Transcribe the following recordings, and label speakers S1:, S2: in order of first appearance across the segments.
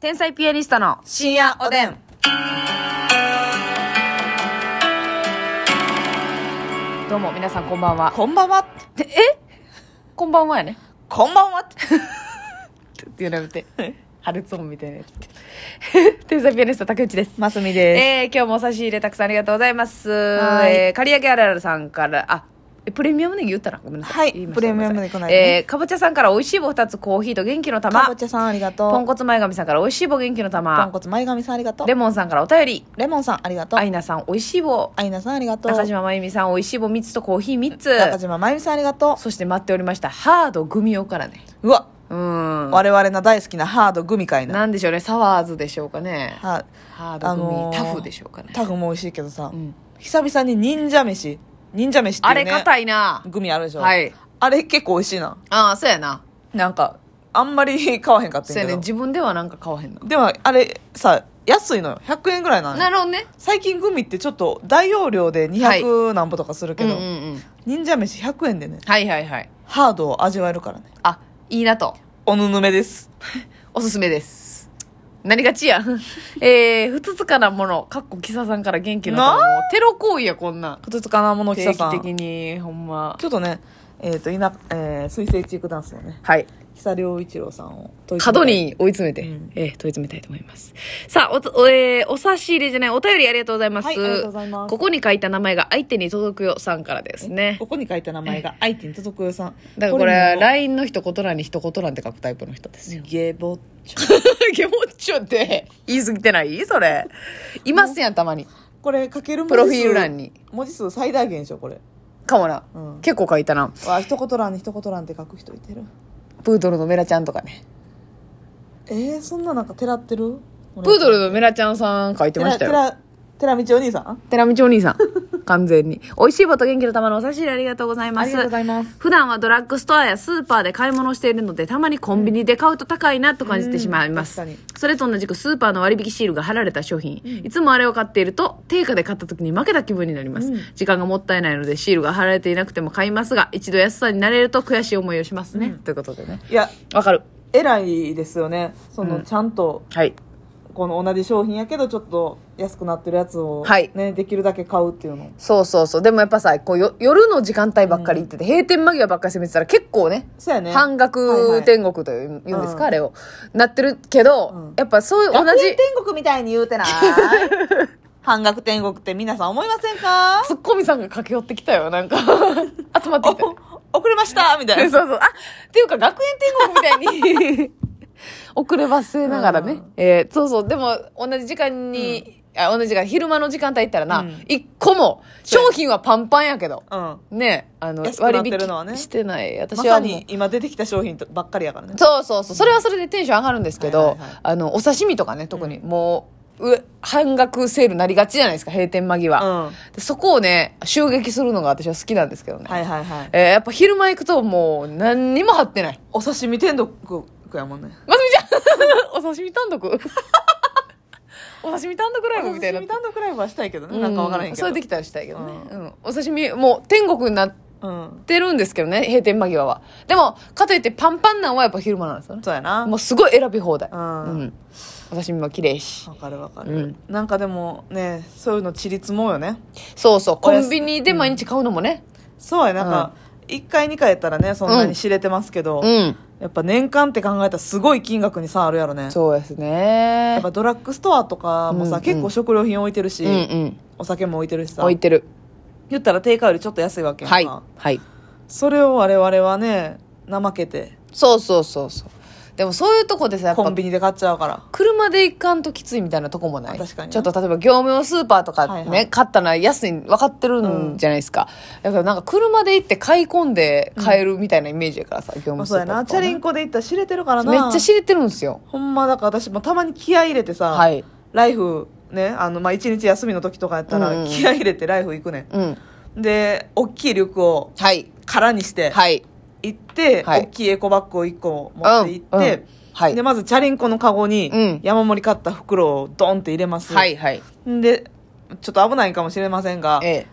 S1: 天才ピアニストの
S2: 深夜おでん。
S1: どうも皆さんこんばんは
S2: こんばんは。
S1: えこんばんはやね
S2: こんばんは。
S1: っていうのやめ て春ツ音みたいなや つ天才ピアニスト竹内です
S2: ますみで
S1: えー、今日もお差し入れたくさんありがとうございます
S2: はい
S1: えー、刈り上げあららさんからあえプレミアムネギ言ったなごめんなさい
S2: はい
S1: 言いました
S2: プレミアム
S1: ごめん
S2: ネギ
S1: さ
S2: こないだね
S1: えー、かぼちゃさんから美味しい棒2つコーヒーと元気の
S2: す。か
S1: 玉
S2: ぼちゃさんありがとう。
S1: ポンコツ前髪さんから美味しい棒元気の
S2: ポン
S1: 玉
S2: コツ前髪さんありがとう。
S1: レモンさんからお便り
S2: レモンさんありがとう
S1: ア。イナさん美味しい棒
S2: アイナさんありがとう。
S1: 中島真由美さん美味しい棒3つとコーヒー3
S2: 中
S1: つ
S2: 島まゆみさんありがと
S1: そして待っておりましたハードグミオからね
S2: う。うわ、
S1: うーん
S2: 我々の大好きなハードグミかいな。
S1: なんでしょうねサワーズでしょうかね
S2: は
S1: ハードグミ、
S2: あのー
S1: タフでしょうかね
S2: い。タグも美味しいけどさ
S1: う、ん
S2: 久々に忍者飯。忍者飯ってい
S1: あ
S2: うね。
S1: れ硬いな
S2: グミあるでしょ。
S1: はい
S2: あれ結構美味しいな。
S1: ああそうやな
S2: なんか、あんまり買わへんかった
S1: そうや
S2: ん
S1: ね
S2: やけ
S1: 自分ではなんか買わへんの
S2: ど。でも、あれさ、安いのよ。100円ぐらいなのよ
S1: な。るほどね
S2: 最近グミってちょっと大容量で200何歩とかする
S1: う
S2: け
S1: んう
S2: ど、
S1: んうん
S2: 忍者飯100円でね
S1: はいはいはい
S2: ハードを味わえるからね
S1: あいいなと
S2: おぬぬめです
S1: おすすめですなりがちやんえー、ふつつかなものかっこキサさんから元気の玉も
S2: な
S1: テロ行為やこんなん
S2: ふつつかなものき
S1: 定
S2: ささ
S1: 期
S2: ん
S1: 的にほんま
S2: ちょっとねえっ、といな、えー、水星チークダンスのね
S1: はい
S2: 久良一郎さんを問い詰
S1: 角
S2: めたい
S1: に追い詰めて、
S2: うん
S1: えー問い詰めたいと思います。さあ、おつ、おえーお差し入れじゃない、お便りありがとうございます。
S2: はいありがとうございます
S1: ここに書いた名前が相手に届くよさんからですね
S2: こ。こに書いた名前が相手に届くよさん
S1: だからこれ、
S2: ライ
S1: LINE の一言欄に一言欄って書くタイプの人 ですよ。
S2: ゲボッ チョ
S1: ゲモッチョって言い過ぎてないそれ。いますやん、たまに。
S2: これ書ける文字数
S1: プロフィール欄に
S2: 文字数最大限でしょこれ
S1: かもな。
S2: うん
S1: 結構書いたな。
S2: わ一言欄に一言欄って書く人いてる
S1: プードルのメラちゃんとかね。
S2: えー、そんななんかてらってるプ
S1: プードルのメラちゃんさん書いてましたよ。
S2: てらみちお兄さん
S1: 寺道お兄さん。完全に。 美味しい棒と元気の玉のお差し入れありがとうございます。
S2: ありがとうございます
S1: 普段はドラッグストアやスーパーで買い物をしているので、たまにコンビニで買うと高いなと感じてしまいます。
S2: うん確か
S1: それと同じくスーパーの割引シールが貼られた商品、いつもあれを買っていると、定価で買った時に負けた気分になります。時間がもったいないので、シールが貼られていなくても買いますが、一度安さになれると悔しい思いをしますね。ということでね。
S2: いや
S1: わかる。
S2: 偉いですよねその、ちゃんと
S1: はい。
S2: この同じ商品やけどちょっと安くなってるやつを、
S1: はい
S2: ね、できるだけ買うっていうの
S1: そうそうそう。でもやっぱさ、こうよ夜の時間帯ばっかり行ってて、閉店間際ばっかり攻めてたら結構ね、
S2: そうやね
S1: 半
S2: はいは
S1: 額
S2: い
S1: 天国というんですか、
S2: うん
S1: あれをなってるけど、
S2: うん
S1: やっぱそういう同
S2: 学園
S1: じ
S2: 天国みたいに言う てない半額天国って皆さん思いませんか
S1: ツッコミさんが駆け寄ってきたよなん か集まって きたね
S2: お遅れましたみた
S1: そう
S2: いな
S1: そうあっていうか学園天国みたいに 遅ればせながらね、
S2: うん
S1: えーそうそうでも同じ時間に、あ同じ時間昼間の時間帯行ったらな、
S2: うん
S1: 一個も商品はパンパンやけど
S2: うん
S1: ねあの
S2: 安く
S1: 割
S2: なって
S1: 引
S2: るのはね
S1: してない
S2: ま
S1: 私
S2: さ
S1: はもう、
S2: に今出てきた商品とばっかりやからね
S1: そうそうそうそれはそれでテンション上がるんですけど、
S2: はいはいはい
S1: あのお刺身とかね特に、もうう半額セールなりがちじゃないですか閉店間際、
S2: うんは
S1: でそこをね襲撃するのが私は好きなんですけどね、
S2: いはいはい
S1: えーやっぱ昼間行くともう何にも張ってない
S2: お刺身天国やもんね
S1: ます みちゃんお刺身単独 お刺身単独ライブみたいな
S2: お刺身単独ライブはしたいけどね、なんかわからへんけど
S1: うんそれできたらしたいけどね、
S2: う
S1: うんお刺身もう天国になっ
S2: うん
S1: てるんですけどね閉店間際はでもかといってパンパンなんはやっぱ昼間なんですよね
S2: そうやな
S1: もうすごい選び放題、
S2: うん
S1: うん、お刺身も綺麗し
S2: わかるわかる、
S1: うん
S2: なんかでもねそういうのちりつもうよね
S1: そうそうコ
S2: おやす
S1: ンビニで毎日買うのもね
S2: そうやなんか、一1回2回やったらねそんなに知れてますけど、
S1: うん、
S2: やっぱ年間って考えたらすごい金額に差あるやろね
S1: そうです
S2: や
S1: ね
S2: っぱドラッグストアとかもさ、
S1: うんうん
S2: 結構食料品置いてるし、
S1: うんうん
S2: お酒も置いてるしさ
S1: 置いてる
S2: 言ったら定価よりちょっと安いわけやんか、
S1: はいはい
S2: それを我々はね怠けて
S1: そうそうそうそうでもそういうとこでさやっ
S2: コ
S1: ぱ
S2: ンビニで買っちゃうから
S1: 車で行かんときついみたいなとこもない
S2: あ確かにね
S1: ちょっと例えば業務用スーパーとかね、
S2: はいはい
S1: 買ったら安い分かってるんじゃないですか、だからなんか車で行って買い込んで買えるみたいなイメージやからさ、業
S2: ま
S1: 務
S2: あ、
S1: ス
S2: そう
S1: ー
S2: や
S1: パー
S2: な
S1: と
S2: チャ
S1: かね、
S2: リンコで行ったら知れてるからな
S1: めっちゃ知れてるんですよ
S2: ほんまだから私もたまに気合い入れてさ、
S1: はい
S2: ライフねあの、まあ、1日休みの時とかやった
S1: うんうん
S2: ら気合い入れてライフ行くね
S1: うん
S2: んで大きいリュックを
S1: はい
S2: 空にして
S1: はい
S2: 行って、
S1: はい
S2: 大きいエコバッグを1個持って行って、
S1: うんうんはい
S2: でまずチャリンコのカゴ
S1: う
S2: に
S1: ん
S2: 山盛り買った袋をドンって入れます、
S1: はいはい
S2: でちょっと危ないかもしれませんが
S1: ええ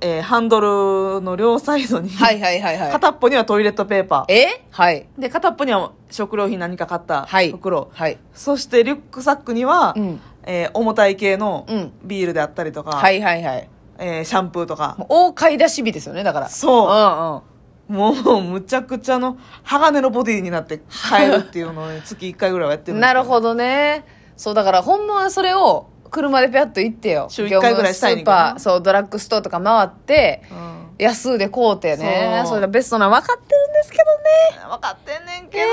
S2: えーハンドルの両サイドに、
S1: はいはいはいはい。
S2: 片っぽにはトイレットペーパー。
S1: えはい。
S2: で、片っぽには食料品何か買った
S1: はい。
S2: 袋。
S1: はい。
S2: そしてリュックサックには、
S1: うん
S2: えー重たい系の
S1: うん
S2: ビールであったりとか、
S1: はいはいはい。
S2: えーシャンプーとか
S1: も、う大買い出し日ですよね、だから。
S2: そうん
S1: うん。
S2: もうむちゃくちゃの鋼のボディになって変えるっていうのを、月1回ぐらいはやってるんです
S1: な
S2: け
S1: るほどねそうだからほんまはそれを車でピャッと行ってよ
S2: 週一回ぐらいしたいね
S1: 業務スー
S2: んけどな
S1: パーそうドラッグストアとか回って
S2: うん
S1: 安うで買うてね
S2: そ
S1: そうれがベストなの分かってるんですけどね
S2: 分かってんねんけど、
S1: えー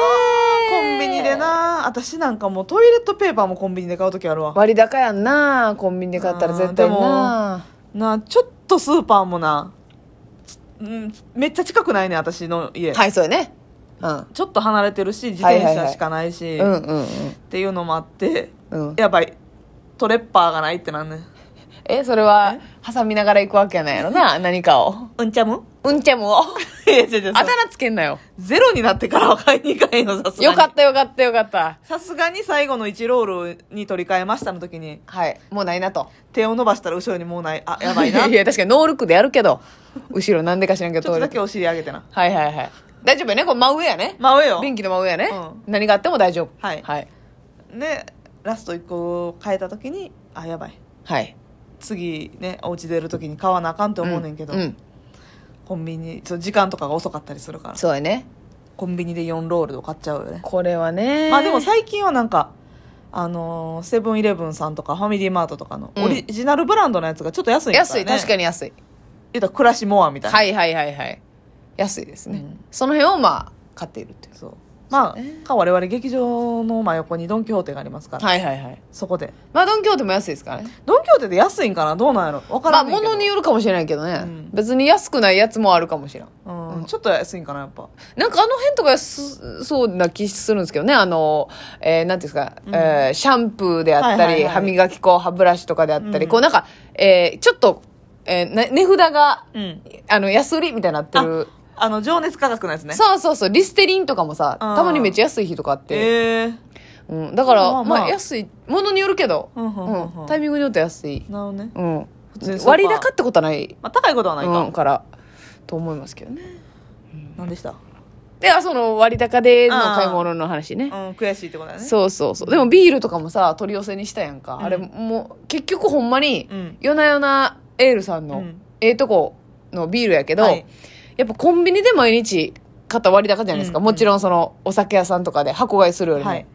S2: コンビニでな私なんかもうトイレットペーパーもコンビニで買う時あるわ
S1: 割高やんなコンビニで買ったら絶対な
S2: なちょっとスーパーもな、うん、めっちゃ近くないねん私の家、
S1: はいそうやねうん
S2: ちょっと離れてるし自転
S1: はいはい
S2: 車
S1: はい
S2: しかないし、
S1: うんうん
S2: っていうのもあって
S1: うんうん
S2: やばいトレッパーがないってなんねん
S1: えそれは挟みながら行くわけやないやろ な何かを
S2: うんちゃむ
S1: うんちゃむを
S2: いや違う違う
S1: あだ名つけんなよ
S2: ゼロになってからは買いに行かへんよさすがに
S1: よかったよかったよかった
S2: さすがに最後の1ロールに取り替えましたの時に
S1: はいもうないなと
S2: 手を伸ばしたら後ろにもうないあやばいな ち
S1: い
S2: ょ
S1: や、確かにノールックでやるけど、後ろなんでか知らんけ
S2: っ
S1: ど
S2: と
S1: 通
S2: だ
S1: る。
S2: けお尻上げてな
S1: はいはいはい。大丈夫やねこれ真上やね。
S2: 真上よ
S1: 便器の真上やね、
S2: う
S1: 何があっても大丈夫。
S2: はい
S1: はい。
S2: でラスト1個を変えた時にあやばい
S1: はい。
S2: 次ねお家出る時に買わなあかんと思うねんけど、
S1: うん。うん
S2: コンビニそう時間とかが遅かったりするから
S1: そうやね。
S2: コンビニで4ロールとか買っちゃうよね
S1: これはね。
S2: まあでも最近はなんかあのーセブンイレブンさんとかファミリーマートとかの
S1: うん
S2: オリジナルブランドのやつがちょっと安いんだから、
S1: 安
S2: ね
S1: い、確かに安い。
S2: 言うたら暮らしモアみたいな、
S1: はいはいはいはい。安いですね。
S2: うん
S1: その辺をまあ、買っているっていう。
S2: そうまあ
S1: そうね
S2: か我々劇場の真横にドン・キホーテがありますから、
S1: はいはいはい。
S2: そこで
S1: まあ、ドンキョーテも安いですからね。
S2: ドン・キホーテで安いんかなどうなんやろ分か
S1: ま
S2: ら
S1: あ、
S2: んねんけど、
S1: 物によるかもしれないけどね、
S2: うん
S1: 別に安くないやつもあるかもしれん。
S2: うん、ちょっと安いんかなやっぱ
S1: なんかあの辺とか安そうな気するんですけどね。あの、えー、なんていうんですか、えーシャンプーであったり、
S2: はいはいはい
S1: 歯磨き粉、歯ブラシとかであったり、
S2: うん
S1: こうなんか、えーちょっと、えーな値札が、
S2: うん
S1: あの、安売りみたいになってる。
S2: あの情熱価格のやつね
S1: そうそうそう、リステリンとかもさ、
S2: あー
S1: たまにめっちゃ安い日とかあって。
S2: ええ
S1: うん、だから、
S2: まあま
S1: ま
S2: あ
S1: あ、安い、ものによるけど、
S2: うんうんうんうん
S1: タイミングによって安い。
S2: なるほどね、
S1: うん
S2: 通に。そうか
S1: 割高ってことはない、
S2: まあ、高いことはないか、
S1: うん、から、と思いますけどね。
S2: なんでした、
S1: では、その割高での買い物の話ね
S2: うん。、悔しいってことだね
S1: そうそうそうでもビールとかもさ取り寄せにしたやんか、
S2: ん
S1: あれもう結局ほんまに、
S2: うん
S1: 夜な夜なエールさんの、
S2: うん
S1: ええとこのビールやけど、
S2: はい
S1: やっぱコンビニで毎日買った割高じゃないですか、
S2: うん
S1: もちろんそのお酒屋さんとかで箱買いするよりも、
S2: はい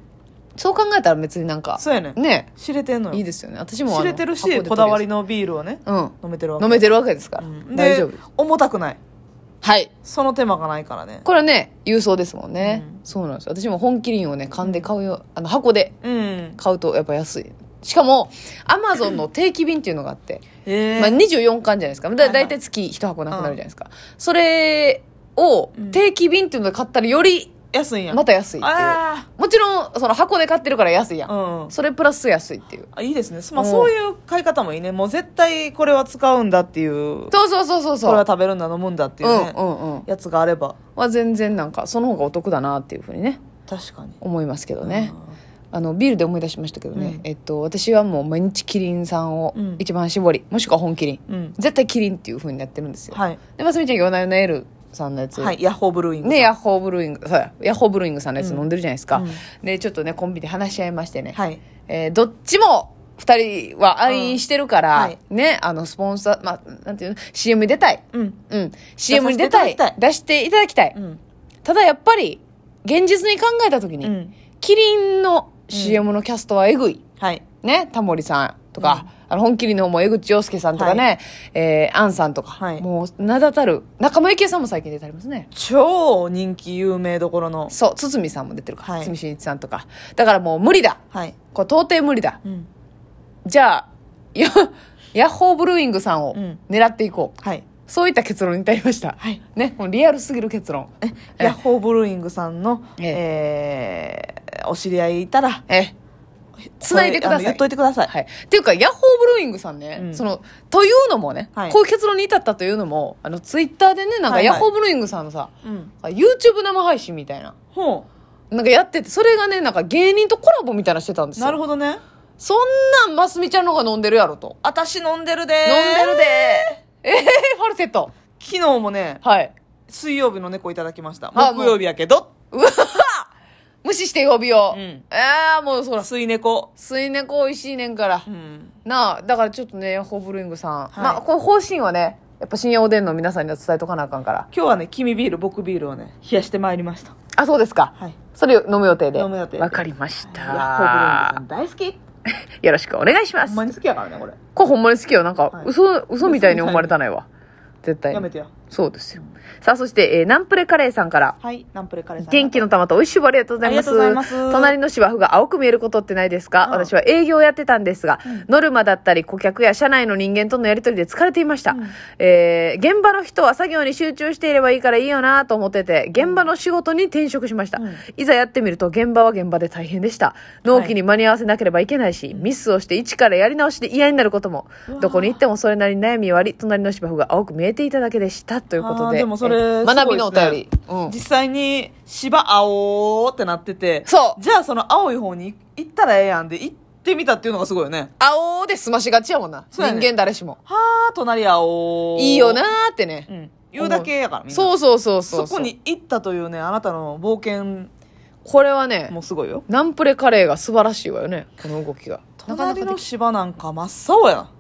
S1: そう考えたら別になんか
S2: そうやねん
S1: ね
S2: 知れてんのよ
S1: いいですよね私もあの
S2: 知れてる
S1: 箱で
S2: し
S1: 取
S2: こだわり
S1: の
S2: のビールをね
S1: うん
S2: 飲めてるわけ
S1: 飲めてるわけですから、
S2: うん
S1: 大
S2: で
S1: 丈夫です
S2: 重たくない
S1: はい
S2: その手間がないからね
S1: これはね郵送ですもんね、
S2: うん
S1: そうなんですよ私も本麒麟をね缶で買うよあの箱で
S2: うん
S1: 買うとやっぱ安いしかもアマゾンの定期便っていうのがあって、
S2: ええ
S1: まあ、24巻じゃないですか
S2: はい
S1: だ
S2: はい
S1: だいたい月1箱なくなるじゃないですか、それを
S2: うん
S1: 定期便っていうので買ったらより
S2: 安いんや
S1: また安いっていう
S2: あ
S1: もちろんその箱で買ってるから安いや
S2: あ
S1: ん、
S2: うん
S1: それプラス安いっていう
S2: あいいですね、まあ、
S1: うん
S2: そういう買い方もいいねもう絶対これは使うんだっていう
S1: そうそうそうそう
S2: これ
S1: そ
S2: は
S1: う
S2: 食べるんだ飲むんだっていううんね、
S1: うんうん
S2: やつがあれば
S1: は全然なんかその方がお得だなっていうふうにね
S2: 確かに
S1: 思いますけどね、あのビールで思い出しましたけどね、
S2: うん
S1: えっと私はもう毎日キリンさんを
S2: うん
S1: 一番絞り、もしくは本キリン
S2: うん、うん
S1: 絶対キリンっていうふうになってるんですよ
S2: はい、
S1: で、ますみちゃん、夜な夜なエルさんのやつ。
S2: はい、ヤッホーブルーイング
S1: ね、ヤッホーブルーイング、そうやヤッホーブルーイングさんのやつ飲んでるじゃないですか。
S2: うんうん
S1: で、ちょっとね、コンビで話し合いましてね。
S2: はい
S1: えーどっちも、二人は愛飲してるから、
S2: うんはい
S1: ね、あの、スポンサー、まあ、なんていうの、CM に出たい。
S2: うん
S1: うん。CM に出たい。
S2: 出させていただきたい
S1: 出していただきたい。
S2: うん
S1: ただ、やっぱり、現実に考えたときに、
S2: うん
S1: キリンの CM のキャストはえぐい。
S2: はい
S1: ね、タモリさんとか、あの、本麒麟の方も江口洋介さんとかね、えー、アンさんとか、
S2: はい
S1: もう、名だたる、仲間由紀恵さんも最近出てありますね。
S2: 超人気有名どころの
S1: そう、堤さんも出てるから、
S2: はい
S1: 堤真一さんとか。だからもう無理だ。
S2: はい、
S1: これ到底無理だ。
S2: うん、
S1: じゃあ、や、ヤッホーブルーイングさんを
S2: うん
S1: 狙っていこう。
S2: はい
S1: そういった結論に至りました。
S2: はい
S1: ね、もうリアルすぎる結 論。え
S2: ヤッホーブルーイングさんの、え
S1: え
S2: ーお知り合いいたら、
S1: え、繋いでくだ
S2: これあの
S1: さ
S2: 言っ
S1: い
S2: と。いてください。
S1: はい。っていうか、ヤッホーブルーイングさんね、
S2: うん
S1: その、というのもね、
S2: はい
S1: こういう結論に至ったというのも、あの、ツイッターでね、なん
S2: は
S1: か
S2: いは
S1: ヤ
S2: い
S1: ッホーブルーイングさんのさ、
S2: うん。
S1: あ YouTube 生配信みたいな、
S2: ほ
S1: なんかやってて、それがね、なんか芸人とコラボみたいなのしてたんです
S2: う。
S1: よ。
S2: なるほどね。
S1: そんなん、ますみちゃんの方が飲んでるやろと。
S2: 私飲んでるで
S1: 飲んでるでえー、ファルセット。
S2: 昨日もね、
S1: はい。
S2: 水曜日の猫いただきました。
S1: あ
S2: 木曜日やけど、
S1: うわ無視して曜日を。
S2: うん
S1: えー、もうそら、
S2: 水猫。
S1: 水猫美味しいねんから。
S2: うん。
S1: なあ、だからちょっとね、ホーブルイングさん。
S2: い
S1: まあ、こう方針はね、やっぱ信用伝の皆さんには伝えとかなあかんから。
S2: 今日はね、君ビール、僕ビールをね、冷やしてまいりました。
S1: あ、そうですか。
S2: はい。
S1: それを飲む予定で。
S2: 飲む予定で
S1: わかりまし
S2: いや
S1: た。
S2: ホーブルームさん大好き。
S1: よろしくお願いしま
S2: ほん
S1: す。
S2: まに好きやからね、これ。
S1: これほんまに好きよ。なんか
S2: は、い
S1: 嘘、嘘みたいに思われたないわ。絶対
S2: やめ
S1: に。
S2: てよ。
S1: そうですよ。さあ、そして、えーナンプレカレーさんから。
S2: はい、ナンプレカレーさ ん。
S1: 元気の玉と美味しい棒ありがとうございます。
S2: ありがとうございます
S1: 隣の芝生が青く見えることってないですか、
S2: うん
S1: 私は営業をやってたんですが、ノルマだったり顧客や社内の人間とのやりとりで疲れていました。えー現場の人は作業に集中していればいいからいいよなと思ってて、現場の仕事に転職しました、
S2: うん
S1: いざやってみると現場は現場で大変でした。納期に間に合わせなければいけないし、ミスをして一からやり直しで嫌になることも
S2: うわ、ー
S1: どこに行ってもそれなりに悩みはあり、隣の芝生が青く見えていただけでした。ということで。
S2: あーでもそれ
S1: え
S2: すごいですね
S1: 学びのお便り。うん
S2: 実際に、芝青ってなってて、
S1: そう
S2: じゃあその青い方に行ったらええやんで、行ってみたっていうのがすごいよね。
S1: 青で済ましがちやもんな。
S2: そうやね
S1: 人間誰しも。
S2: はあ、隣青。
S1: いいよな。ーって
S2: う
S1: ね。
S2: ん。言うだけやから、みんな
S1: そうそうそうそう。
S2: そこ。に行ったというね、あなたの冒険
S1: これはね、
S2: もすごいよ。
S1: ナンプレカレーが素晴らしいわよね。この動きが。なかなか
S2: 隣
S1: で
S2: の
S1: き
S2: 芝なんか真っ青やな。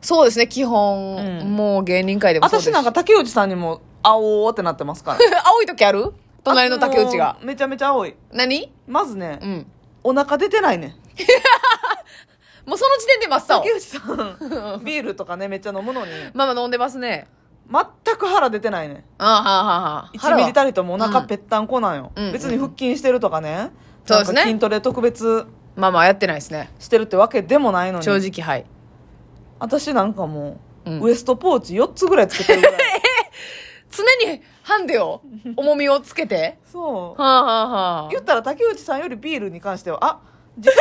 S1: そうですね、基本、
S2: うん
S1: もう芸人界でもそうです
S2: 私なんか、竹内さんにも、青ーってなってますから。
S1: 青い時ある 隣の竹内が
S2: あ。のー。めちゃめちゃ青い。
S1: 何
S2: まずね
S1: う、ん。
S2: お腹出てないね。
S1: もうその時点で真っ青
S2: 竹。内さ ん、ビールとかね、めっちゃ飲むのに、
S1: ママ飲んでますね。
S2: 全く腹出てないね。
S1: ああ、はあ、はあ。
S2: 1ミリた
S1: り。
S2: りともお腹ぺったんこなんよ。
S1: うん
S2: 別に腹筋してるとかね。
S1: そうですね
S2: なんか筋トレ特別
S1: ママはやってないですね。
S2: してるってわけでもないの
S1: 正
S2: に。
S1: 直、はい。
S2: 私なんかもう、
S1: うん
S2: ウエストポーチ4つぐらいつけてるぐらい。
S1: 常にハンデを、重みをつけて。
S2: そう。
S1: はあ、はあ、はあ。
S2: 言ったら竹内さんよりビールに関しては、あ、時間